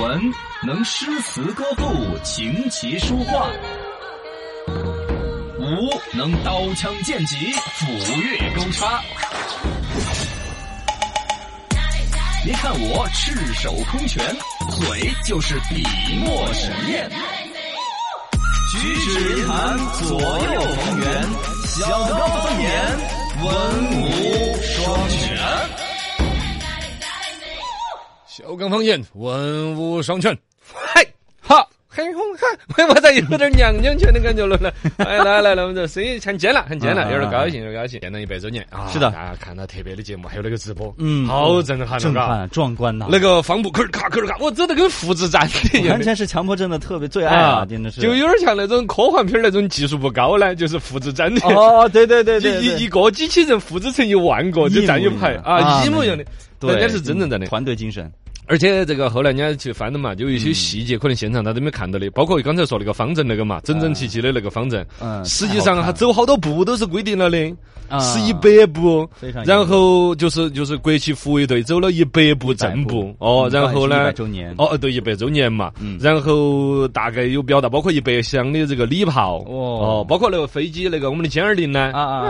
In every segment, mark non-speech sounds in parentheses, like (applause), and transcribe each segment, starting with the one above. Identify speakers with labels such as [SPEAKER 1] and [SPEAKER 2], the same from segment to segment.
[SPEAKER 1] 文能诗词歌赋、琴棋书画；武能刀枪剑戟、斧钺钩叉。您看我赤手空拳，嘴就是笔墨神验，举止言谈左右逢源，小高方言，文武双全。
[SPEAKER 2] 小刚方言，文武双全。嗨，哈，很红 (laughs) 哈，为嘛子有点娘娘腔的感觉了 (laughs) 呢？哎，来来来，我们这声音很尖了，很尖了，有点高兴，有点高兴。建党一百周年啊，
[SPEAKER 3] 是的
[SPEAKER 2] 大家看到特别的节目，还有那个直播，
[SPEAKER 3] 嗯
[SPEAKER 2] 好震撼，啊
[SPEAKER 3] 震
[SPEAKER 2] 嘎。
[SPEAKER 3] 撼壮观呐、
[SPEAKER 2] 那个放布克尔卡克尔卡，我真的跟复制粘贴一样 (laughs)
[SPEAKER 3] 完
[SPEAKER 2] 的。
[SPEAKER 3] 全是强迫症的特别
[SPEAKER 2] 哎
[SPEAKER 3] 最爱啊，真的是。
[SPEAKER 2] 就有点像那种科幻片儿那种技术不高呢，就是复制粘贴，
[SPEAKER 3] 哦，对对对对
[SPEAKER 2] (laughs) 一
[SPEAKER 3] 对
[SPEAKER 2] 一一个机器人复制成一万个，就站一排
[SPEAKER 3] 一模一样
[SPEAKER 2] 啊，
[SPEAKER 3] 啊
[SPEAKER 2] 一模一样的，
[SPEAKER 3] 对，
[SPEAKER 2] 人家是真正的的。
[SPEAKER 3] 团队精神。
[SPEAKER 2] 而且这个后来人家去翻的嘛，就有一
[SPEAKER 3] 嗯
[SPEAKER 2] 些细节可能现场他都没看到的，包括刚才说那个方阵那个嘛，整整齐齐的那个方阵，
[SPEAKER 3] 嗯
[SPEAKER 2] 实际上他走好多步都是规定了的，
[SPEAKER 3] 啊
[SPEAKER 2] 是一百步
[SPEAKER 3] 非常，严格
[SPEAKER 2] 然后就是就是国旗护卫队走了一百步正步
[SPEAKER 3] 步，嗯
[SPEAKER 2] 哦，然后
[SPEAKER 3] 一
[SPEAKER 2] 呢
[SPEAKER 3] 百。周年嗯
[SPEAKER 2] 哦，对，一百周年嘛，然后大概有表达，包括一百箱的这个礼炮，
[SPEAKER 3] 哦
[SPEAKER 2] 哦，包括那个飞机那个我们的歼二零呢，
[SPEAKER 3] 啊啊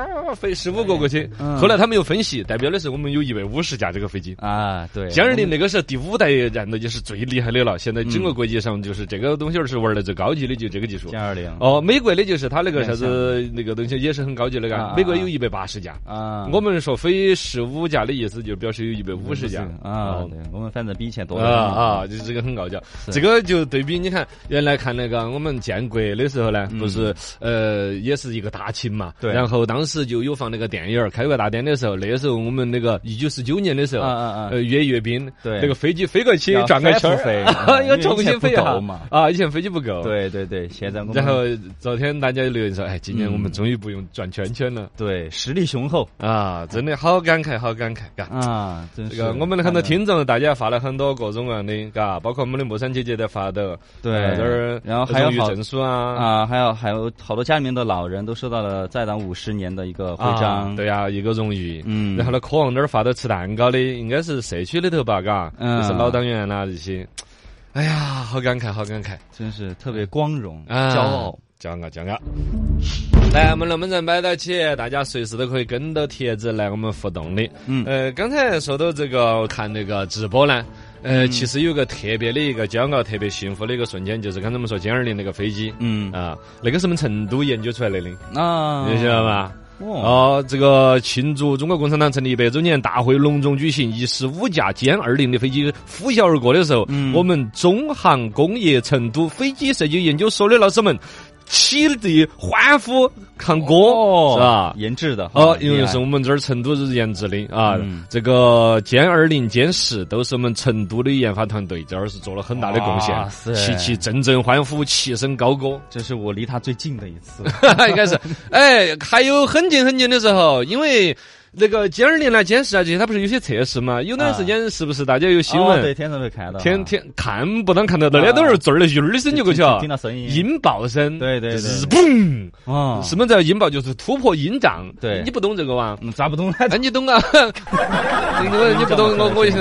[SPEAKER 2] 啊，飞十五个过去，
[SPEAKER 3] 嗯
[SPEAKER 2] 后来他们又分析，代表的是我们有一百五十架这个飞机，
[SPEAKER 3] 啊！对，
[SPEAKER 2] 歼二零那个是第五代战斗机，是最厉害的了。现在整个国际上就是这个东西儿是玩的最高级的，就这个技术
[SPEAKER 3] 歼。二零
[SPEAKER 2] 哦，美国的就是它那个啥子那个东西也是很高级那
[SPEAKER 3] 啊
[SPEAKER 2] 个
[SPEAKER 3] 啊，
[SPEAKER 2] 美国有一百八十架。
[SPEAKER 3] 啊，
[SPEAKER 2] 我们说飞十五架的意思，就表示有一百五十架
[SPEAKER 3] 啊，
[SPEAKER 2] 哦
[SPEAKER 3] 对，我们反正比以前多
[SPEAKER 2] 啊
[SPEAKER 3] 了
[SPEAKER 2] 啊，就是这个很搞笑。这个就对比，你看原来看那个我们建国的时候呢，不是呃也是一个大庆嘛，
[SPEAKER 3] 嗯对
[SPEAKER 2] 然后当时就有放那个电影儿，开国大典的时候，那时候我们那个一九四九年的时候，
[SPEAKER 3] 啊啊啊
[SPEAKER 2] 呃阅阅兵，
[SPEAKER 3] 对
[SPEAKER 2] 那个飞机飞过去
[SPEAKER 3] 要
[SPEAKER 2] 转个圈儿
[SPEAKER 3] 反复飞
[SPEAKER 2] (laughs) 啊要重新飞
[SPEAKER 3] 因为以前不
[SPEAKER 2] 啊
[SPEAKER 3] 够嘛
[SPEAKER 2] 啊，以前飞机不够。。
[SPEAKER 3] 对对对，现在我们
[SPEAKER 2] 然后昨天大家留言说，哎，今年我们终于不用转圈圈了
[SPEAKER 3] 对实力雄厚
[SPEAKER 2] 啊！真的好感慨，好感慨，嘎。
[SPEAKER 3] 嗯啊，真
[SPEAKER 2] 这
[SPEAKER 3] 是
[SPEAKER 2] 个我们很多听众，大家发了很多各种各样的，嘎，包括我们的莫山姐姐在发的，
[SPEAKER 3] 对
[SPEAKER 2] 呃这儿
[SPEAKER 3] 然后还有
[SPEAKER 2] 荣誉
[SPEAKER 3] 好
[SPEAKER 2] 证书啊，
[SPEAKER 3] 啊，还有还有好多家里面的老人都收到了在党五十年的一个徽章，
[SPEAKER 2] 啊对呀，一个荣誉。
[SPEAKER 3] 嗯，
[SPEAKER 2] 然后呢，渴望那儿发到吃蛋糕的，应该是社区里头吧，嘎，
[SPEAKER 3] 嗯
[SPEAKER 2] 就是老党员啦这些。哎呀，好感慨，好感慨，
[SPEAKER 3] 真是特别光荣、
[SPEAKER 2] 啊
[SPEAKER 3] 骄傲。，
[SPEAKER 2] 骄傲，骄傲。来，我们能不能摆到起？大家随时都可以跟到帖子来我们互动的。
[SPEAKER 3] 嗯
[SPEAKER 2] 呃，刚才说到这个看那个直播呢，呃，其实有个特别的一个骄傲、特别幸福的一个瞬间，就是刚才我们说歼二零那个飞机。
[SPEAKER 3] (laughs) 嗯
[SPEAKER 2] 啊，那个是我们成都研究出来的，你
[SPEAKER 3] 啊，
[SPEAKER 2] 晓得吧？
[SPEAKER 3] 哦，
[SPEAKER 2] 哦，这个庆祝中国共产党成立一百周年大会隆重举行，一十五架歼二零的飞机呼啸而过的时候，
[SPEAKER 3] 嗯
[SPEAKER 2] 我们中航工业成都飞机设计研究所的老师们起立欢呼唱歌，是吧？
[SPEAKER 3] 研制的
[SPEAKER 2] 哦
[SPEAKER 3] 好，
[SPEAKER 2] 因为
[SPEAKER 3] 哦厉害
[SPEAKER 2] 是我们这儿成都人研制的啊，
[SPEAKER 3] 嗯
[SPEAKER 2] 这个歼二零、歼十都是我们成都的研发团队这儿是做了很大的贡
[SPEAKER 3] 哇
[SPEAKER 2] 献，
[SPEAKER 3] 塞
[SPEAKER 2] 齐齐阵阵欢呼，齐声高歌。
[SPEAKER 3] 这是我离他最近的一 (laughs) 次
[SPEAKER 2] (laughs) 应该是，哎，还有很近很近的时候，因为那个歼二零啊、歼十啊这些，它不是有些测试嘛？有段时间是不是大家有新
[SPEAKER 3] 啊哦对
[SPEAKER 2] 闻？
[SPEAKER 3] 天上会开的啊，
[SPEAKER 2] 天天看不当看得到，
[SPEAKER 3] 啊
[SPEAKER 2] 那都是嘴儿的鱼儿的声就过去了
[SPEAKER 3] 听，到声音
[SPEAKER 2] 音爆声，
[SPEAKER 3] 对对对
[SPEAKER 2] 就是嘣，
[SPEAKER 3] 啊，
[SPEAKER 2] 什么叫音爆？就是突破音障，
[SPEAKER 3] 对
[SPEAKER 2] 你不懂这个哇？
[SPEAKER 3] 嗯，砸不 (laughs) 动他
[SPEAKER 2] 哎，你懂啊？你我你不懂，我我也是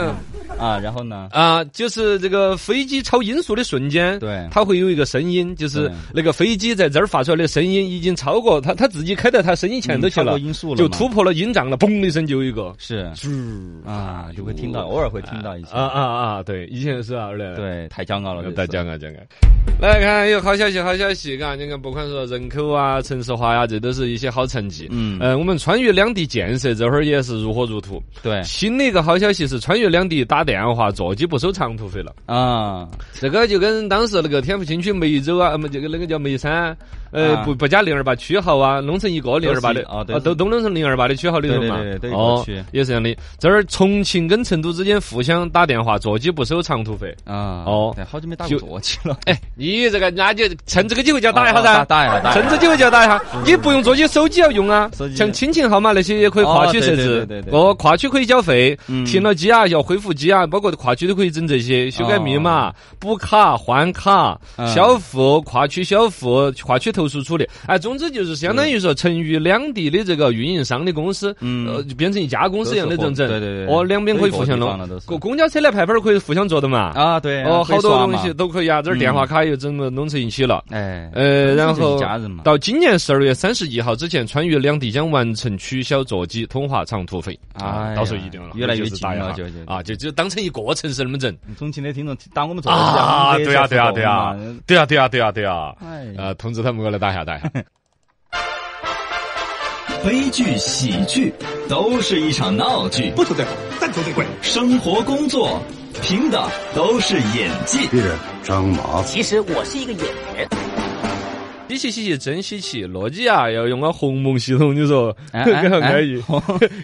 [SPEAKER 3] 啊，然后呢？
[SPEAKER 2] 啊，就是这个飞机超音速的瞬间，
[SPEAKER 3] 对
[SPEAKER 2] 它会有一个声音，就是
[SPEAKER 3] 对
[SPEAKER 2] 那个飞机在这儿发出来的声音已经超过它，它自己开到它声音前头去
[SPEAKER 3] 嗯超
[SPEAKER 2] 了，
[SPEAKER 3] 过音速了
[SPEAKER 2] 就
[SPEAKER 3] 嘛
[SPEAKER 2] 突破了音障了，嘣的一声就有一个，
[SPEAKER 3] 是
[SPEAKER 2] 啾
[SPEAKER 3] 啊，就会听到，偶尔会听到一些
[SPEAKER 2] 啊啊啊，对，以前是啊，对。
[SPEAKER 3] 对，太骄傲了，这次
[SPEAKER 2] 大家啊，讲啊！来看有好消息，好消息，嘎！你看，不管说人口啊、城市化呀、这都是一些好成绩。
[SPEAKER 3] 嗯
[SPEAKER 2] 呃，我们川渝两地建设这会儿也是如火如荼。
[SPEAKER 3] 对
[SPEAKER 2] 新的一个好消息是，川渝两地打电话座机不收长途费了。
[SPEAKER 3] 啊，
[SPEAKER 2] 这个就跟当时那个天府新区梅州啊，呃，这个那个叫梅山，呃，
[SPEAKER 3] 啊
[SPEAKER 2] 不不加零二八区号啊，弄成一个零二八的啊
[SPEAKER 3] 都，是一哦对
[SPEAKER 2] 都都弄成零二八的区号里头嘛，
[SPEAKER 3] 对对对对都一个
[SPEAKER 2] 哦
[SPEAKER 3] 区，
[SPEAKER 2] 也是这样的。这儿重庆跟成都之间互相打电话，座机不收长途费。
[SPEAKER 3] 啊，
[SPEAKER 2] 哦
[SPEAKER 3] 对，好久没打
[SPEAKER 2] 就
[SPEAKER 3] 过坐骑了，
[SPEAKER 2] 哎，你这个那就趁这个机会就要打一下
[SPEAKER 3] 哦哦打
[SPEAKER 2] 噻。
[SPEAKER 3] 打一下，打一
[SPEAKER 2] 趁
[SPEAKER 3] 下
[SPEAKER 2] 这机会就要打一下，你不用座机，手机要用啊
[SPEAKER 3] 手。机
[SPEAKER 2] 像亲情号码那些也可以跨区设
[SPEAKER 3] 哦对对
[SPEAKER 2] 置
[SPEAKER 3] 对对，对
[SPEAKER 2] 哦，跨区可以缴费，
[SPEAKER 3] 嗯
[SPEAKER 2] 停了机啊，要恢复机啊，包括跨区都可以整这些，修改密码、补卡、换卡、
[SPEAKER 3] 啊嗯
[SPEAKER 2] 小付、跨区小付、跨区投诉处理。哎，总之就是相当于说成渝两地的这个运营商的公司，
[SPEAKER 3] 嗯
[SPEAKER 2] 呃，就变成一家公司一样的这种整，
[SPEAKER 3] 对对对
[SPEAKER 2] 哦，两边可以互相
[SPEAKER 3] 各地方的
[SPEAKER 2] 弄
[SPEAKER 3] 都，是
[SPEAKER 2] 公公交车的牌牌儿可以互相做的嘛，
[SPEAKER 3] 啊，对，
[SPEAKER 2] 哦，
[SPEAKER 3] 会
[SPEAKER 2] 好多
[SPEAKER 3] 刷
[SPEAKER 2] 东
[SPEAKER 3] 嘛
[SPEAKER 2] 西，都可以啊，这儿电话卡又怎么弄成一起了？
[SPEAKER 3] 哎，
[SPEAKER 2] 呃，然
[SPEAKER 3] 就是
[SPEAKER 2] 后
[SPEAKER 3] 一家人嘛，
[SPEAKER 2] 到今年十二月三十一号之前，川渝两地将完成取消座机通话长途费啊
[SPEAKER 3] 哎呀
[SPEAKER 2] 到时候一定要
[SPEAKER 3] 越来越近
[SPEAKER 2] 大
[SPEAKER 3] 了
[SPEAKER 2] 了，
[SPEAKER 3] 就就
[SPEAKER 2] 啊，就就当成一个城市那么整
[SPEAKER 3] 重庆的听众打我们做
[SPEAKER 2] 啊，
[SPEAKER 3] 这
[SPEAKER 2] 对
[SPEAKER 3] 样
[SPEAKER 2] 呀，
[SPEAKER 3] 的
[SPEAKER 2] 对呀，对呀，对
[SPEAKER 3] 啊
[SPEAKER 2] 呀，对呀，对呀，对呀，
[SPEAKER 3] 哎
[SPEAKER 2] 呃，通知他们过来打一下，打一下。
[SPEAKER 1] 悲剧、喜剧，都是一场闹剧。
[SPEAKER 4] 不求最好，但求最贵。
[SPEAKER 1] 生活、工作，凭的都是演技。
[SPEAKER 5] 别人张麻子，
[SPEAKER 6] 其实我是一个演员。
[SPEAKER 2] 稀奇稀奇，真稀奇！诺基亚啊要用个鸿蒙系统，你说 (laughs)
[SPEAKER 3] 哎
[SPEAKER 2] 这
[SPEAKER 3] 哎
[SPEAKER 2] 个安
[SPEAKER 3] (laughs)
[SPEAKER 2] 逸。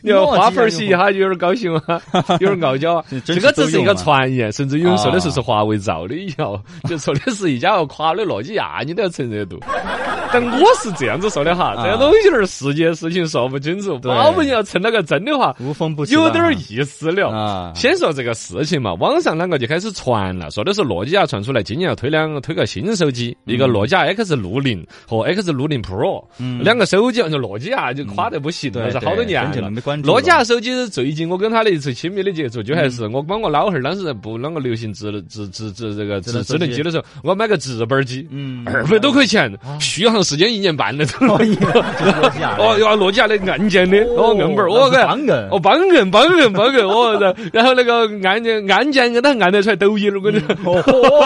[SPEAKER 2] 你要花盆儿洗一下，有点高兴啊，有点傲娇啊。
[SPEAKER 3] 这 (laughs)
[SPEAKER 2] 这
[SPEAKER 3] 真是
[SPEAKER 2] 个只是一个
[SPEAKER 3] 都用啊
[SPEAKER 2] 传言，甚至有人说的是是华为造的，要 (laughs) 就说的是一家要垮的诺基亚，你都要蹭热度。 (laughs) 但我是这样子说的
[SPEAKER 3] 啊
[SPEAKER 2] 哈，这个东西儿世界事情说不清楚，我们要蹭那个真的话，
[SPEAKER 3] 呃无风不起
[SPEAKER 2] 有
[SPEAKER 3] 浪
[SPEAKER 2] 点儿
[SPEAKER 3] 啊
[SPEAKER 2] 意思了。
[SPEAKER 3] 啊
[SPEAKER 2] 先说这个事情嘛，网上啷个就开始传了，说的是诺基亚传出来今年要推两推个新手机，一
[SPEAKER 3] 嗯
[SPEAKER 2] 个诺基亚 X 六零和 X 六零 Pro，、两个手机，就诺基亚就垮得不行了，
[SPEAKER 3] 对
[SPEAKER 2] 是好多
[SPEAKER 3] 嗯对
[SPEAKER 2] 年
[SPEAKER 3] 很久
[SPEAKER 2] 了。
[SPEAKER 3] 没关注
[SPEAKER 2] 诺
[SPEAKER 3] 了
[SPEAKER 2] 基亚手机最近我跟他的一次亲密的接触，就还是我帮我老汉儿当时不啷个流行智智智智这个智
[SPEAKER 3] 能
[SPEAKER 2] 智能
[SPEAKER 3] 手机
[SPEAKER 2] 机的时候，我买个直板机，
[SPEAKER 3] 嗯啊哦
[SPEAKER 2] 二百多块钱，续航时间一年半的都。
[SPEAKER 3] 诺基 (laughs) 亚的
[SPEAKER 2] 哦，要诺基亚的按键的，哦，摁板儿，
[SPEAKER 3] 那
[SPEAKER 2] 哦，
[SPEAKER 3] 是邦摁
[SPEAKER 2] 哦，邦摁，邦摁，邦摁，哦，然然后那个按键按键给它按得出来抖音了，我跟你 (laughs)
[SPEAKER 3] 嗯
[SPEAKER 2] 说，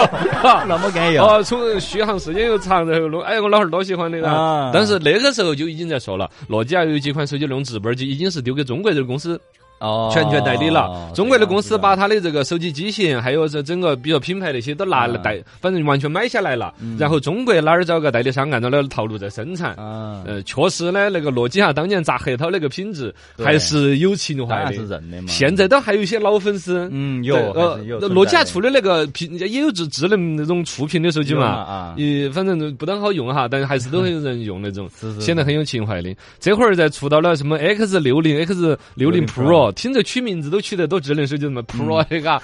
[SPEAKER 3] 那么安逸啊，
[SPEAKER 2] 哦，从续航时间又长，然后弄，哎，我老汉儿多喜欢的啦
[SPEAKER 3] 啊。
[SPEAKER 2] 但是那个时候就已经在说了，诺基亚有几款手机那种直板机已经是丢给中国这个公司
[SPEAKER 3] 哦啊
[SPEAKER 2] 全权代理了。中国的公司把
[SPEAKER 3] 它
[SPEAKER 2] 它的这个手机机型，还有这整个比如品牌那些都拿
[SPEAKER 3] 嗯
[SPEAKER 2] 了代，反正完全买下来了。然后中国哪儿找个代理商，按照那个套路在生产。
[SPEAKER 3] 啊，
[SPEAKER 2] 呃，确实呢，那个诺基亚当年砸核桃那个品质
[SPEAKER 3] 对
[SPEAKER 2] 还是有情
[SPEAKER 3] 当
[SPEAKER 2] 怀
[SPEAKER 3] 然是
[SPEAKER 2] 的，
[SPEAKER 3] 认的嘛。
[SPEAKER 2] 现在都还有一些老粉丝。
[SPEAKER 3] 嗯有
[SPEAKER 2] 对呃
[SPEAKER 3] 还是有，
[SPEAKER 2] 诺基亚出
[SPEAKER 3] 存
[SPEAKER 2] 的那个屏也有智智能那种触屏的手机
[SPEAKER 3] 有嘛
[SPEAKER 2] 嘛
[SPEAKER 3] 啊，
[SPEAKER 2] 也反正不当好用哈，但是还是都有人用那种
[SPEAKER 3] 是，是
[SPEAKER 2] 显得很有情怀的。这会儿再出到了什么 X 六零、X 六零 Pro，听着取名字都取得多智能手机什么
[SPEAKER 3] 嗯
[SPEAKER 2] Pro 的
[SPEAKER 3] (laughs)
[SPEAKER 2] 嘎，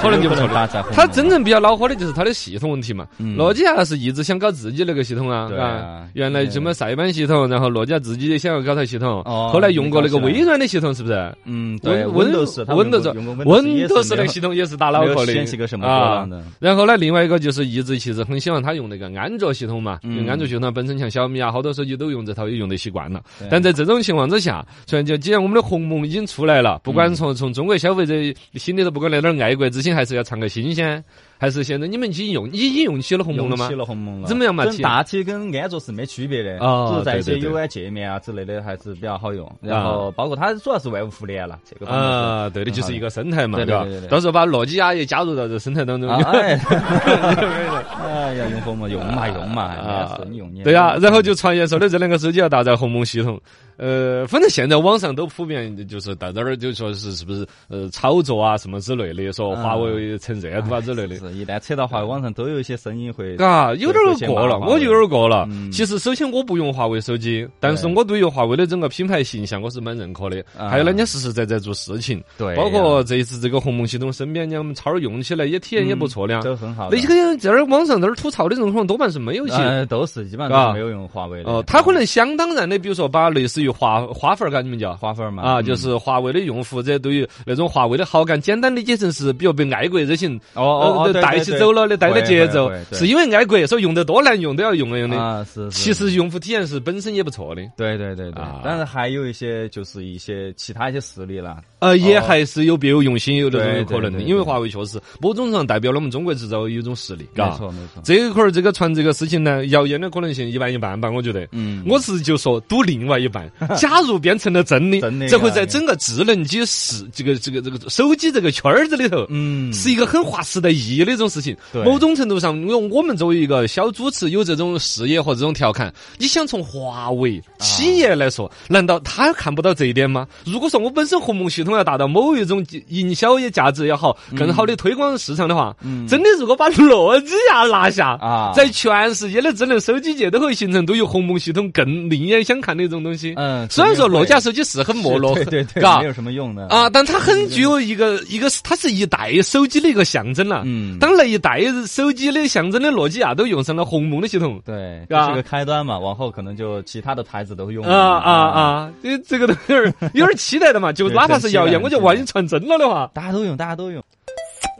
[SPEAKER 2] 可能就不错
[SPEAKER 3] 搭
[SPEAKER 2] 了。
[SPEAKER 3] 载红
[SPEAKER 2] 它
[SPEAKER 3] 的
[SPEAKER 2] 真正比较恼火的就是它的系统问题嘛。
[SPEAKER 3] 嗯
[SPEAKER 2] 诺基亚是一直想搞自己那个系统啊，
[SPEAKER 3] 对啊
[SPEAKER 2] 啊，原来什么塞班系统，然后诺基亚自己也想要搞台系统，
[SPEAKER 3] 哦
[SPEAKER 2] 后来用过那个
[SPEAKER 3] 没搞起来
[SPEAKER 2] 微软的系统，是不是？
[SPEAKER 3] 嗯对
[SPEAKER 2] Windows
[SPEAKER 3] Windows 他们用过用过
[SPEAKER 2] Windows 那
[SPEAKER 3] 那
[SPEAKER 2] 个系统也是打脑壳的，
[SPEAKER 3] 掀起个什么波浪的
[SPEAKER 2] 啊。然后呢，另外一个就是一直其实很喜欢他用那个安卓系统嘛，因为安
[SPEAKER 3] 嗯
[SPEAKER 2] 卓系统本身像小米啊，好多手机都用这套，也用得习惯了。但在这种情况之下，虽然就既然我们的鸿蒙已经出来了，不
[SPEAKER 3] 嗯
[SPEAKER 2] 管从从中国消费者心里头，不管那点爱国之心，还是要尝个新鲜。还是现在你们已经用已经用起了鸿蒙了吗
[SPEAKER 3] 起？了鸿蒙了，
[SPEAKER 2] 怎么样嘛
[SPEAKER 3] 跟
[SPEAKER 2] 其
[SPEAKER 3] 大体跟安卓是没区别的，
[SPEAKER 2] 哦
[SPEAKER 3] 只是在一
[SPEAKER 2] 对
[SPEAKER 3] 些
[SPEAKER 2] 对对
[SPEAKER 3] UI 界面啊之类的还是比较好用。然后包括它主要是外部互联了，这个方面是
[SPEAKER 2] 啊，对的，就是一个生态嘛，
[SPEAKER 3] 对对
[SPEAKER 2] 吧
[SPEAKER 3] 对对？对
[SPEAKER 2] 到时候把诺基亚也加入到这生态当中。 (laughs)
[SPEAKER 3] 啊哎， (laughs) 哎呀，用鸿蒙用嘛用嘛，
[SPEAKER 2] 啊
[SPEAKER 3] 哎是你用你
[SPEAKER 2] 对呀、然后就传言说的这两个手机要搭载鸿蒙系统，呃，反正现在网上都普遍就是大家儿就说是是不是呃炒作啊什么之类的，说华为成这样子啊之类的。
[SPEAKER 3] 嗯哎是一旦扯到华为，网上都有一些声音会
[SPEAKER 2] 嘎，有点儿过了，
[SPEAKER 3] 对
[SPEAKER 2] 我就有点儿过了。
[SPEAKER 3] 嗯
[SPEAKER 2] 其实，首先我不用华为手机，但是
[SPEAKER 3] 对
[SPEAKER 2] 我对于华为的整个品牌形象我是蛮认可的。
[SPEAKER 3] 啊
[SPEAKER 2] 还有呢，人家实实在在做事情，
[SPEAKER 3] 对
[SPEAKER 2] 包
[SPEAKER 3] 呀
[SPEAKER 2] 括这一次这个鸿蒙系统，身边人家我们超儿用起来也体验也不错的啊。
[SPEAKER 3] 都很好嗯的。
[SPEAKER 2] 那些个这儿网上这儿吐槽的人，可能多半是没有去
[SPEAKER 3] 呃，都是基本上都是没有用华为的。
[SPEAKER 2] 啊哦，他可能想当然的，比如说把类似于花花粉儿，嘎，你们叫
[SPEAKER 3] 花粉嘛，
[SPEAKER 2] 啊，
[SPEAKER 3] 嗯
[SPEAKER 2] 就是华为的用户者对于那种华为的好感，简单理解成是比如被爱国热情
[SPEAKER 3] 哦哦
[SPEAKER 2] 呃
[SPEAKER 3] 哦，对
[SPEAKER 2] 带
[SPEAKER 3] 对
[SPEAKER 2] 起
[SPEAKER 3] 对
[SPEAKER 2] 走了的带的
[SPEAKER 3] 会
[SPEAKER 2] 节
[SPEAKER 3] 会
[SPEAKER 2] 奏
[SPEAKER 3] 会，对
[SPEAKER 2] 是因为爱国，所以用得多难用都要用那样的。
[SPEAKER 3] 啊，是
[SPEAKER 2] 其
[SPEAKER 3] 是
[SPEAKER 2] 实用户体验是本身也不错的，
[SPEAKER 3] 对对对对
[SPEAKER 2] 啊，
[SPEAKER 3] 但是还有一些就是一些其他一些实例啦，
[SPEAKER 2] 呃，也
[SPEAKER 3] 哦
[SPEAKER 2] 还是有别有用心，有那种有
[SPEAKER 3] 对对
[SPEAKER 2] 可能的，
[SPEAKER 3] 对对
[SPEAKER 2] 因为华为确实某种程度上代表了我们中国制造有一种实力，
[SPEAKER 3] 没
[SPEAKER 2] 嘎。
[SPEAKER 3] 错没错，
[SPEAKER 2] 这一块儿这个传这个事情呢，谣言的可能性一半一半吧，我觉得。
[SPEAKER 3] 嗯
[SPEAKER 2] 我是就说赌另外一
[SPEAKER 3] (laughs)
[SPEAKER 2] 半，假如变成了真的，
[SPEAKER 3] 真的
[SPEAKER 2] 这会
[SPEAKER 3] 呀
[SPEAKER 2] 在整个智能机市这个这个这个手机这个圈儿子里头，
[SPEAKER 3] 嗯
[SPEAKER 2] 是一个很划时代意义的一种事情。
[SPEAKER 3] 对
[SPEAKER 2] 某种程度上，因为我们作为一个小主持，有这种视野和这种调侃，你想从华为
[SPEAKER 3] 啊
[SPEAKER 2] 企业来说，难道他看不到这一点吗？如果说我本身鸿蒙系统要达到某一种营销也价值也好，更
[SPEAKER 3] 嗯
[SPEAKER 2] 好的推广市场的话，真的如果把 (laughs) 诺基亚拿下
[SPEAKER 3] 啊
[SPEAKER 2] 在全世界的智能手机界都会形成对于鸿蒙系统更另眼相看的一种东西。
[SPEAKER 3] 嗯
[SPEAKER 2] 虽然说
[SPEAKER 3] 肯定会
[SPEAKER 2] 诺基亚手机是很没落，
[SPEAKER 3] 是对对
[SPEAKER 2] 嘎啊
[SPEAKER 3] 对，没有什么用的
[SPEAKER 2] 啊，但它很具有一个一个，它是一代手机的一个象征了。
[SPEAKER 3] 嗯嗯
[SPEAKER 2] 当那一代手机的象征的诺基亚都用上了鸿蒙的系统，
[SPEAKER 3] 对，
[SPEAKER 2] 啊
[SPEAKER 3] 这是个开端嘛，往后可能就其他的牌子都用
[SPEAKER 2] 啊啊！啊！这这个都有点有点期待的 (laughs) 嘛，就
[SPEAKER 3] 对
[SPEAKER 2] 哪怕
[SPEAKER 3] 真
[SPEAKER 2] 是
[SPEAKER 3] 期
[SPEAKER 2] 谣
[SPEAKER 3] 待
[SPEAKER 2] 言，我觉
[SPEAKER 3] 真
[SPEAKER 2] 得万
[SPEAKER 3] 期
[SPEAKER 2] 一传真了的话，
[SPEAKER 3] 大家都用，大家都用。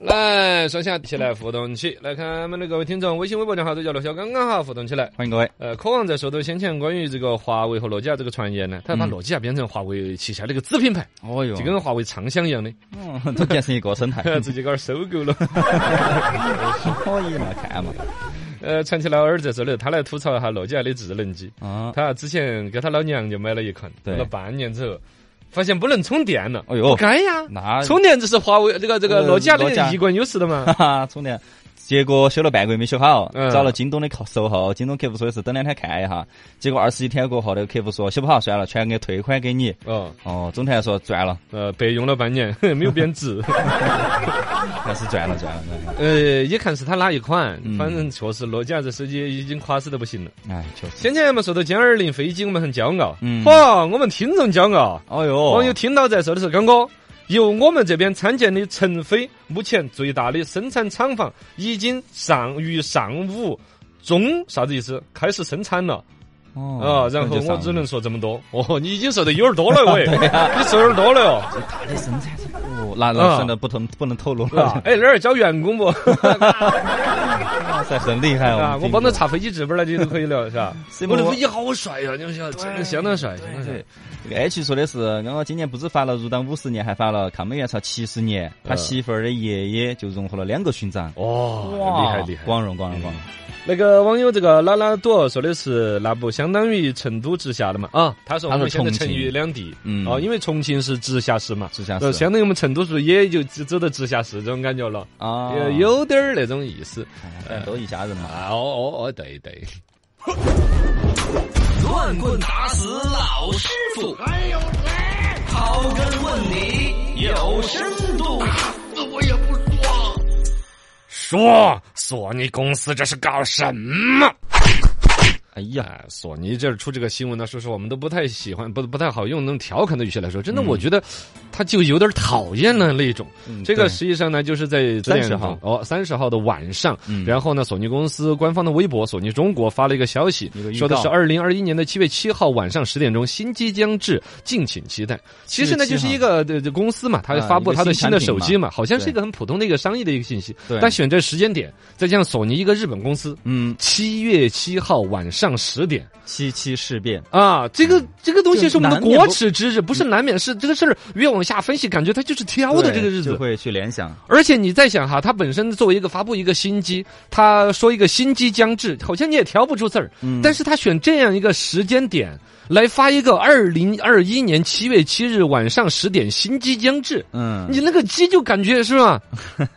[SPEAKER 2] 来，双下起来互动起来，看我们的各位听众，微信、微博账号都叫罗小刚刚好，互动起来。
[SPEAKER 3] 欢迎各位。
[SPEAKER 2] 呃，科王在说到先前关于这个华为和诺基亚这个传言呢，他要把
[SPEAKER 3] 嗯
[SPEAKER 2] 诺基亚变成华为旗下的一个子品牌，
[SPEAKER 3] 哦哟
[SPEAKER 2] 就跟华为畅想一样的， (laughs)
[SPEAKER 3] 嗯都变成一个生态，哦
[SPEAKER 2] 自己搞点收购了。
[SPEAKER 3] 可以嘛，看嘛。
[SPEAKER 2] 呃，传奇老二在这里，他来吐槽一下诺基亚的智能机。
[SPEAKER 3] 啊，
[SPEAKER 2] 他之前给他老娘就买了一款，
[SPEAKER 3] 对
[SPEAKER 2] 用了半年之后，发现不能充电了。
[SPEAKER 3] 哦哟
[SPEAKER 2] 不，该呀，
[SPEAKER 3] 那
[SPEAKER 2] 充电这是华为这个这个
[SPEAKER 3] 呃
[SPEAKER 2] 诺基亚的
[SPEAKER 3] 诺基亚
[SPEAKER 2] 一贯优势的嘛
[SPEAKER 3] (laughs) 哈。哈，充电。结果修了半个月没修好，
[SPEAKER 2] 嗯
[SPEAKER 3] 找了京东的客售后，京东客服说的是等两天看一下。结果二十一天过后，那个客服说修不好算了，全给退款给你。
[SPEAKER 2] 哦，
[SPEAKER 3] 哦，总台说赚了，
[SPEAKER 2] 呃，白用了半年， (laughs) 没有贬值。
[SPEAKER 3] (laughs) 还是赚了，赚了，赚了。
[SPEAKER 2] 呃，也看是它哪一款，
[SPEAKER 3] 嗯
[SPEAKER 2] 反正确实诺基亚这手机已经垮死的不行了。
[SPEAKER 3] 哎，确实。
[SPEAKER 2] 先前我们说到歼二零飞机，我们很骄傲，
[SPEAKER 3] 嗯
[SPEAKER 2] 嚯，我们听众骄傲。
[SPEAKER 3] 哦哟，
[SPEAKER 2] 网友听到在说的是，刚哥，由我们这边参见的成飞，目前最大的生产厂房已经上于上午中啥子意思？开始生产了啊、
[SPEAKER 3] 哦，
[SPEAKER 2] 然后
[SPEAKER 3] 那就
[SPEAKER 2] 我
[SPEAKER 3] 上了
[SPEAKER 2] 只能说这么多。哦，你已经说的有点多了
[SPEAKER 3] (laughs)
[SPEAKER 2] 喂，
[SPEAKER 3] 啊
[SPEAKER 2] 你说有点多了哟。
[SPEAKER 3] 大的生产哦，那
[SPEAKER 2] 嗯
[SPEAKER 3] 那真的不能不能透露 (laughs) 了，
[SPEAKER 2] 哎，那儿招员工
[SPEAKER 3] (laughs)
[SPEAKER 2] 不？
[SPEAKER 3] 哇塞，很厉害
[SPEAKER 2] 啊，我帮他
[SPEAKER 3] 他
[SPEAKER 2] 查飞机纸本儿了，你都可以了，是
[SPEAKER 3] (laughs)
[SPEAKER 2] 吧？
[SPEAKER 3] 是吗
[SPEAKER 2] 我的飞机好帅呀、你们晓得，真的相当帅，相当帅
[SPEAKER 3] 对。，这个 H 说的是，刚刚今年不止发了入党五十年，还发了抗美援朝七十年。他
[SPEAKER 2] 嗯
[SPEAKER 3] 媳妇儿的爷爷就荣获了两个勋章，
[SPEAKER 2] 哦，厉害厉害！
[SPEAKER 3] 光荣光荣光荣！
[SPEAKER 2] 那个网友这个拉拉朵说的是，那不相当于成都直辖的嘛？啊，他说我们
[SPEAKER 3] 他是
[SPEAKER 2] 现在
[SPEAKER 3] 重庆
[SPEAKER 2] 成渝两地，
[SPEAKER 3] 嗯
[SPEAKER 2] 哦，因为重庆是直辖市嘛，
[SPEAKER 3] 直辖市
[SPEAKER 2] 呃相当于我们成都是不是也就只走到直辖市这种感觉了，
[SPEAKER 3] 啊，
[SPEAKER 2] 有有点儿那种意思。
[SPEAKER 3] 哎都一家人嘛。
[SPEAKER 2] 啊，哦哦哦，对对。
[SPEAKER 1] 乱棍打死老师傅，还有谁？哎刨根问底有深度。
[SPEAKER 2] 说索尼公司这是搞什么？
[SPEAKER 3] 哎呀，
[SPEAKER 2] 哎，索尼这儿出这个新闻呢，说实话，我们都不太喜欢，不不太好用那种调侃的语气来说。真的，我觉得他就有点讨厌了那一种。
[SPEAKER 3] 嗯
[SPEAKER 2] 这个
[SPEAKER 3] 对
[SPEAKER 2] 实际上呢，就是在
[SPEAKER 3] 30
[SPEAKER 2] 10
[SPEAKER 3] 号
[SPEAKER 2] 哦，三十号的晚上，
[SPEAKER 3] 嗯
[SPEAKER 2] 然后呢，索尼公司官方的微博，索尼中国发了一个消息
[SPEAKER 3] 一个，预
[SPEAKER 2] 说的
[SPEAKER 3] 告
[SPEAKER 2] 是二零二一年的七月七号晚上十点钟，新机将至，敬请期待。其实呢，
[SPEAKER 3] 7
[SPEAKER 2] 就是一个呃这公司嘛，它
[SPEAKER 3] 啊
[SPEAKER 2] 发布
[SPEAKER 3] 一
[SPEAKER 2] 它
[SPEAKER 3] 个
[SPEAKER 2] 的
[SPEAKER 3] 新
[SPEAKER 2] 新的
[SPEAKER 3] 产品
[SPEAKER 2] 手
[SPEAKER 3] 嘛
[SPEAKER 2] 机嘛，好像
[SPEAKER 3] 对
[SPEAKER 2] 是一个很普通的一个商业的一个信息
[SPEAKER 3] 对，
[SPEAKER 2] 但选这时间点，再加上索尼一个日本公司，
[SPEAKER 3] 嗯，
[SPEAKER 2] 七月七号晚上十点
[SPEAKER 3] 七七事变，
[SPEAKER 2] 啊，这
[SPEAKER 3] 嗯
[SPEAKER 2] 个这个东西是我们的
[SPEAKER 3] 就难免不
[SPEAKER 2] 国耻之日，不是难免是这个事儿。越往下分析，感觉它就是挑的
[SPEAKER 3] 对
[SPEAKER 2] 这个日
[SPEAKER 3] 就
[SPEAKER 2] 子。
[SPEAKER 3] 会去联想，
[SPEAKER 2] 而且你再想哈，它本身作为一个发布一个新机，它说一个新机将至，好像你也挑不出刺儿。
[SPEAKER 3] 嗯
[SPEAKER 2] 但是它选这样一个时间点来发一个二零二一年七月七日晚上十点新机将至，
[SPEAKER 3] 嗯。
[SPEAKER 2] 你那个鸡就感觉是
[SPEAKER 3] (laughs)
[SPEAKER 2] 吧？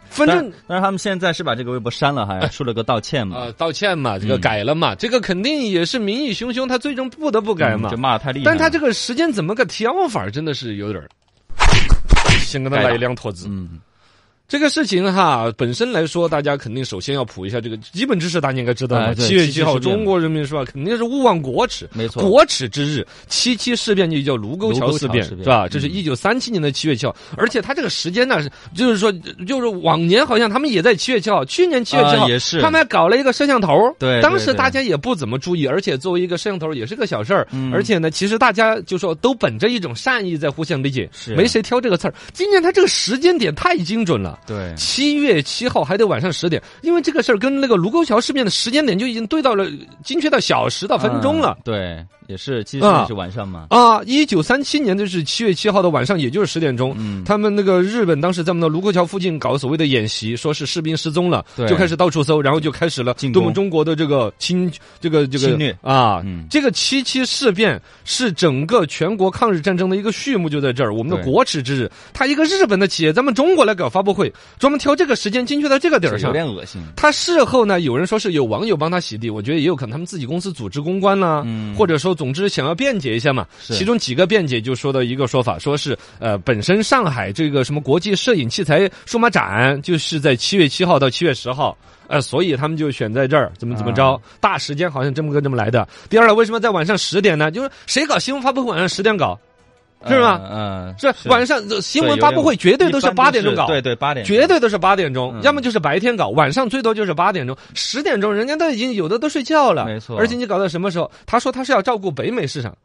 [SPEAKER 2] 反
[SPEAKER 3] 但
[SPEAKER 2] 正
[SPEAKER 3] 是但是他们现在是把这个微博删了，还出了个道歉
[SPEAKER 2] 嗯
[SPEAKER 3] 嘛
[SPEAKER 2] 啊、，道歉嘛，这个
[SPEAKER 3] 嗯
[SPEAKER 2] 改了嘛，这个肯定也是民意汹汹，他最终不得不改嘛。
[SPEAKER 3] 嗯就骂的太厉害了。
[SPEAKER 2] 但他这个时间怎么个挑法，真的是有点
[SPEAKER 3] (laughs)
[SPEAKER 2] 儿。先跟他来一辆坨子。
[SPEAKER 3] 嗯，
[SPEAKER 2] 这个事情哈，本身来说，大家肯定首先要普一下这个基本知识，大家应该知道嘛。
[SPEAKER 3] 哎对
[SPEAKER 2] 七月
[SPEAKER 3] 七
[SPEAKER 2] 七
[SPEAKER 3] 七
[SPEAKER 2] 号，
[SPEAKER 3] 事变
[SPEAKER 2] 中国人民是吧？肯定是勿忘国耻，
[SPEAKER 3] 没错
[SPEAKER 2] 国耻之日，七七事变就叫卢沟桥事变，
[SPEAKER 3] 卢沟桥事变
[SPEAKER 2] 是吧？
[SPEAKER 3] 嗯
[SPEAKER 2] 这是一九三七年的七月七号，而且他这个时间呢是，就是说，就是往年好像他们也在七月七号，去年七月七号、
[SPEAKER 3] 啊也是
[SPEAKER 2] 他们还搞了一个摄像头，
[SPEAKER 3] 对
[SPEAKER 2] 当
[SPEAKER 3] 对
[SPEAKER 2] 时
[SPEAKER 3] 对
[SPEAKER 2] 大家也不怎么注意，而且作为一个摄像头也是个小事儿，
[SPEAKER 3] 嗯
[SPEAKER 2] 而且呢，其实大家就说都本着一种善意在互相理解，
[SPEAKER 3] 是
[SPEAKER 2] 没谁挑这个刺儿。今年他这个时间点太精准了。
[SPEAKER 3] 对，
[SPEAKER 2] 七月七号还得晚上十点，因为这个事儿跟那个卢沟桥事变的时间点就已经对到了精确到小时到分钟了
[SPEAKER 3] 嗯。对，也是，其实
[SPEAKER 2] 啊
[SPEAKER 3] 也是晚上嘛。
[SPEAKER 2] 啊，一九三七年就是七月七号的晚上，也就是十点钟，
[SPEAKER 3] 嗯
[SPEAKER 2] 他们那个日本当时在我们的卢沟桥附近搞所谓的演习，说是士兵失踪了，
[SPEAKER 3] 对
[SPEAKER 2] 就开始到处搜，然后就开始了
[SPEAKER 3] 进
[SPEAKER 2] 对
[SPEAKER 3] 攻
[SPEAKER 2] 我们中国的这个侵这个这个
[SPEAKER 3] 侵略
[SPEAKER 2] 啊。
[SPEAKER 3] 嗯
[SPEAKER 2] 这个七七事变是整个全国抗日战争的一个序幕，就在这儿。我们的
[SPEAKER 3] 对
[SPEAKER 2] 国耻之日，他一个日本的企业，咱们中国来搞发布会，专门挑这个时间精确到这个点儿
[SPEAKER 3] 有
[SPEAKER 2] 上，
[SPEAKER 3] 点恶心。
[SPEAKER 2] 他事后呢，有人说是有网友帮他洗地，我觉得也有可能他们自己公司组织公关啦、
[SPEAKER 3] 嗯
[SPEAKER 2] 或者说总之想要辩解一下嘛。
[SPEAKER 3] 是
[SPEAKER 2] 其中几个辩解就说的一个说法，说是呃，本身上海这个什么国际摄影器材数码展就是在七月七号到七月十号。呃，所以他们就选在这儿，怎么怎么着，
[SPEAKER 3] 啊
[SPEAKER 2] 大时间好像这么个这么来的。第二呢，为什么在晚上十点呢？就是谁搞新闻发布会晚上十点搞？是吗？
[SPEAKER 3] 嗯，
[SPEAKER 2] 是晚上这新闻发布会绝对都是八点钟搞，
[SPEAKER 3] 对对，八点，嗯
[SPEAKER 2] 绝对都是八点钟，要么就是白天搞，晚上最多就是八点钟，十点钟人家都已经有的都睡觉了，
[SPEAKER 3] 没错
[SPEAKER 2] 而且你搞到什么时候？他说他是要照顾北美市场。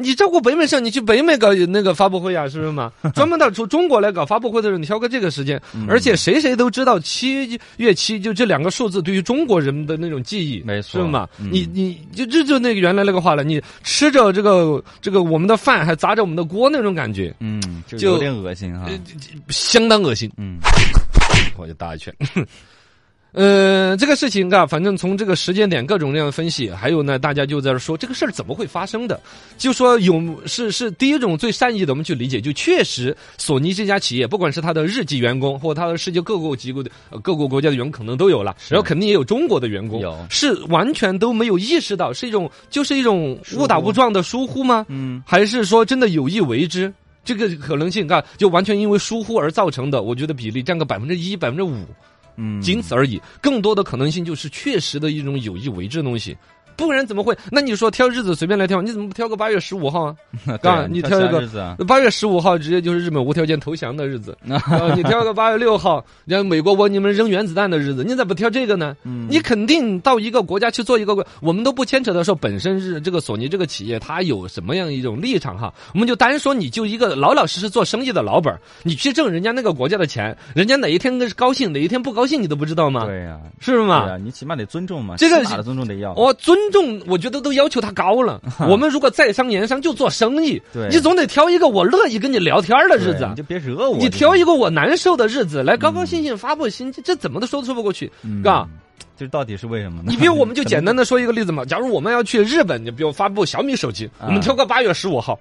[SPEAKER 2] 你照顾北美市场，你去北美搞那个发布会呀、啊是不是
[SPEAKER 3] (laughs)
[SPEAKER 2] 嘛？专门到中中国来搞发布会的时候，你挑个这个时间，
[SPEAKER 3] 嗯
[SPEAKER 2] 而且谁谁都知道七月七就这两个数字对于中国人的那种记忆，
[SPEAKER 3] 没错嗯
[SPEAKER 2] 是嘛？你你就这就那个原来那个话了，你吃着这个这个我们的饭还砸着我们的锅那种感觉，
[SPEAKER 3] 嗯，就
[SPEAKER 2] 就
[SPEAKER 3] 有点恶心哈，
[SPEAKER 2] 相当恶心。
[SPEAKER 3] 嗯，
[SPEAKER 2] 我就打一圈。 (laughs) 呃，这个事情啊，反正从这个时间点各种各样的分析，还有呢，大家就在这说这个事儿怎么会发生的，就说有是是第一种最善意的，我们去理解，就确实索尼这家企业，不管是它的日籍员工，或它的世界各国机构的呃各国国家的员工，可能都有了，然后肯定也有中国的员工，
[SPEAKER 3] 有
[SPEAKER 2] 是完全都没有意识到，是一种就是一种误打误撞的疏忽吗？
[SPEAKER 3] 嗯，
[SPEAKER 2] 还是说真的有意为之？这个可能性啊，就完全因为疏忽而造成的，我觉得比例占个百分之一、百分之五，
[SPEAKER 3] 嗯，
[SPEAKER 2] 仅此而已。更多的可能性就是确实的一种有意为之的东西，不然怎么会？那你说挑日子随便来挑，你怎么不挑个八月十五号啊？
[SPEAKER 3] 对
[SPEAKER 2] 刚你挑
[SPEAKER 3] 挑
[SPEAKER 2] 一
[SPEAKER 3] 其他
[SPEAKER 2] 个
[SPEAKER 3] 日子啊，
[SPEAKER 2] 八月十五号直接就是日本无条件投降的日子，啊你挑个八月六号，让美国往你们扔原子弹的日子，你咋不挑这个呢？
[SPEAKER 3] 嗯
[SPEAKER 2] 你肯定到一个国家去做一个国，我们都不牵扯到说本身是这个索尼这个企业它有什么样一种立场哈，我们就单说你就一个老老实实做生意的老板儿，你去挣人家那个国家的钱，人家哪一天高兴哪一天不高兴你都不知道吗？
[SPEAKER 3] 对呀，
[SPEAKER 2] 是
[SPEAKER 3] 对啊
[SPEAKER 2] 吗？
[SPEAKER 3] 呀，你起码得尊重嘛，
[SPEAKER 2] 这个
[SPEAKER 3] 起码的尊重得要，
[SPEAKER 2] 我尊重，我觉得都要求他高
[SPEAKER 3] (laughs)
[SPEAKER 2] 了。我们如果在商言商，就做生意
[SPEAKER 3] 对，
[SPEAKER 2] 你总得挑一个我乐意跟你聊天儿的
[SPEAKER 3] 对
[SPEAKER 2] 日子啊
[SPEAKER 3] 你就别惹我，
[SPEAKER 2] 你挑一个我难受的日子来高高兴兴发布新机，这怎么都说都说不过去，
[SPEAKER 3] 个
[SPEAKER 2] 嘎、，
[SPEAKER 3] 嗯这到底是为什么
[SPEAKER 2] (laughs)
[SPEAKER 3] 呢？
[SPEAKER 2] 你比如我们就简
[SPEAKER 3] (laughs)
[SPEAKER 2] 单的说一个例子嘛，假如我们要去日本，你比如发布小米手机，
[SPEAKER 3] 啊
[SPEAKER 2] 我们挑个八月十五
[SPEAKER 3] (laughs)
[SPEAKER 2] 号。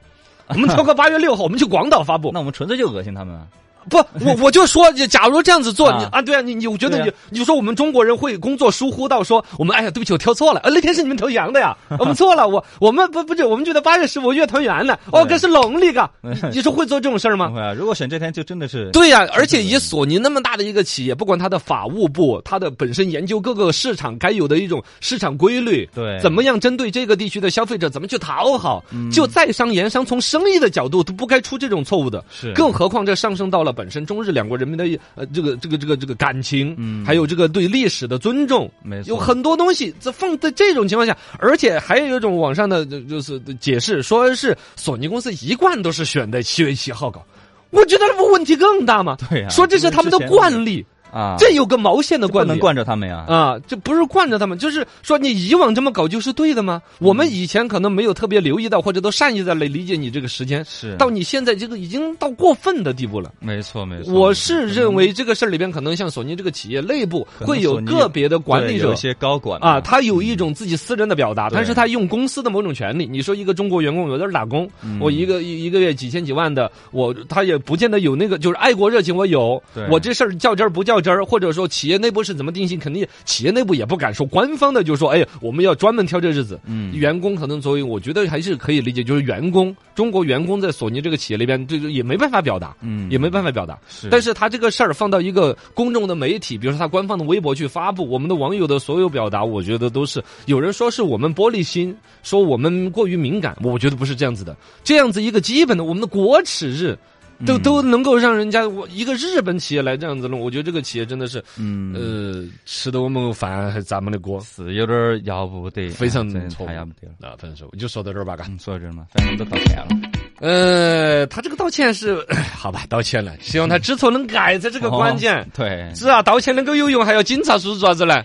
[SPEAKER 2] 我们挑个八月六号，我们去广岛发布。
[SPEAKER 3] 那我们纯粹就恶心他们啊， (laughs)
[SPEAKER 2] 不，我我就说，假如这样子做，
[SPEAKER 3] 啊
[SPEAKER 2] 你啊，对啊，你你我觉得
[SPEAKER 3] 对啊
[SPEAKER 2] 你，你说我们中国人会工作疏忽到说，我们哎呀，对不起，我挑错了，呃，那天是你们投羊的
[SPEAKER 3] (laughs)
[SPEAKER 2] 呀，我们错了，我我们不不是，我们觉得八月十五月团圆呢，哦，
[SPEAKER 3] 对
[SPEAKER 2] 可是农历
[SPEAKER 3] (laughs)
[SPEAKER 2] 噶，你
[SPEAKER 3] 对
[SPEAKER 2] 你说会做这种事儿吗
[SPEAKER 3] 不？会啊，如果选这天就真的是
[SPEAKER 2] 对呀、而且以索尼那么大的一个企业，不管它的法务部，它的本身研究各个市场该有的一种市场规律，
[SPEAKER 3] 对嗯
[SPEAKER 2] 怎么样针对这个地区的消费者，怎么去讨好，就在商言商，从生意的角度都不该出这种错误的。
[SPEAKER 3] 是
[SPEAKER 2] 更何况这上升到了本身中日两国人民的呃这个这个这个这个感情，
[SPEAKER 3] 嗯
[SPEAKER 2] 还有这个对历史的尊重，
[SPEAKER 3] 没错
[SPEAKER 2] 有很多东西这放在这种情况下，而且还有一种网上的就就是解释，说是索尼公司一贯都是选在七月七号搞。我觉得这不问题更大吗？
[SPEAKER 3] (laughs) 对啊呀
[SPEAKER 2] 说这是他们的惯例，
[SPEAKER 3] 啊，
[SPEAKER 2] 这有个毛线的
[SPEAKER 3] 不
[SPEAKER 2] 惯
[SPEAKER 3] 能
[SPEAKER 2] 例。
[SPEAKER 3] 惯着他们呀，
[SPEAKER 2] 啊，这不是惯着他们，就是说你以往这么搞就是对的吗？
[SPEAKER 3] 嗯
[SPEAKER 2] 我们以前可能没有特别留意到，或者都善意的来理解你这个时间，
[SPEAKER 3] 是
[SPEAKER 2] 到你现在这个已经到过分的地步了。
[SPEAKER 3] 没错没错，
[SPEAKER 2] 我是认为这个事儿里边可能像索尼这个企业内部
[SPEAKER 3] 可能
[SPEAKER 2] 会有
[SPEAKER 3] 索尼
[SPEAKER 2] 个别的管理
[SPEAKER 3] 对有
[SPEAKER 2] 者
[SPEAKER 3] 一些高管
[SPEAKER 2] 啊，他有一种自己私人的表达，
[SPEAKER 3] 对
[SPEAKER 2] 但是他用公司的某种权利。你说一个中国员工我在这儿打工，
[SPEAKER 3] 嗯
[SPEAKER 2] 我一个一一个月几千几万的，我他也不见得有那个就是爱国热情，我有
[SPEAKER 3] 对，
[SPEAKER 2] 我这事儿较真儿不较真儿，或者说企业内部是怎么定性，肯定企业内部也不敢说，官方的就说，哎，我们要专门挑这日子。
[SPEAKER 3] 嗯，
[SPEAKER 2] 员工可能作为，我觉得还是可以理解，就是员工，中国员工在索尼这个企业里边，这个也没办法表达，
[SPEAKER 3] 嗯
[SPEAKER 2] 也没办法表达。
[SPEAKER 3] 是，
[SPEAKER 2] 但是他这个事儿放到一个公众的媒体，比如说他官方的微博去发布，我们的网友的所有表达，我觉得都是有人说是我们玻璃心，说我们过于敏感，我觉得不是这样子的。这样子一个基本的我们的国耻日，都、
[SPEAKER 3] 嗯
[SPEAKER 2] 都能够让人家我一个日本企业来这样子弄，我觉得这个企业真的是，
[SPEAKER 3] 嗯
[SPEAKER 2] 呃，吃的我们饭还咱们的锅。
[SPEAKER 3] 是有点儿要不得，
[SPEAKER 2] 非常
[SPEAKER 3] 哎真的
[SPEAKER 2] 错误
[SPEAKER 3] 太要不得了。
[SPEAKER 2] 那分手就说到这儿吧，
[SPEAKER 3] (laughs)
[SPEAKER 2] 嘎。
[SPEAKER 3] 嗯，说到这儿嘛，反正都道歉了。 (laughs)
[SPEAKER 2] 呃，他这个道歉是 (laughs) 好吧，道歉了，
[SPEAKER 3] 哦
[SPEAKER 2] 希望他知错能改，才这个关键。
[SPEAKER 3] 对，
[SPEAKER 2] 是啊，道歉能够有用，还要警察叔叔做啥子呢？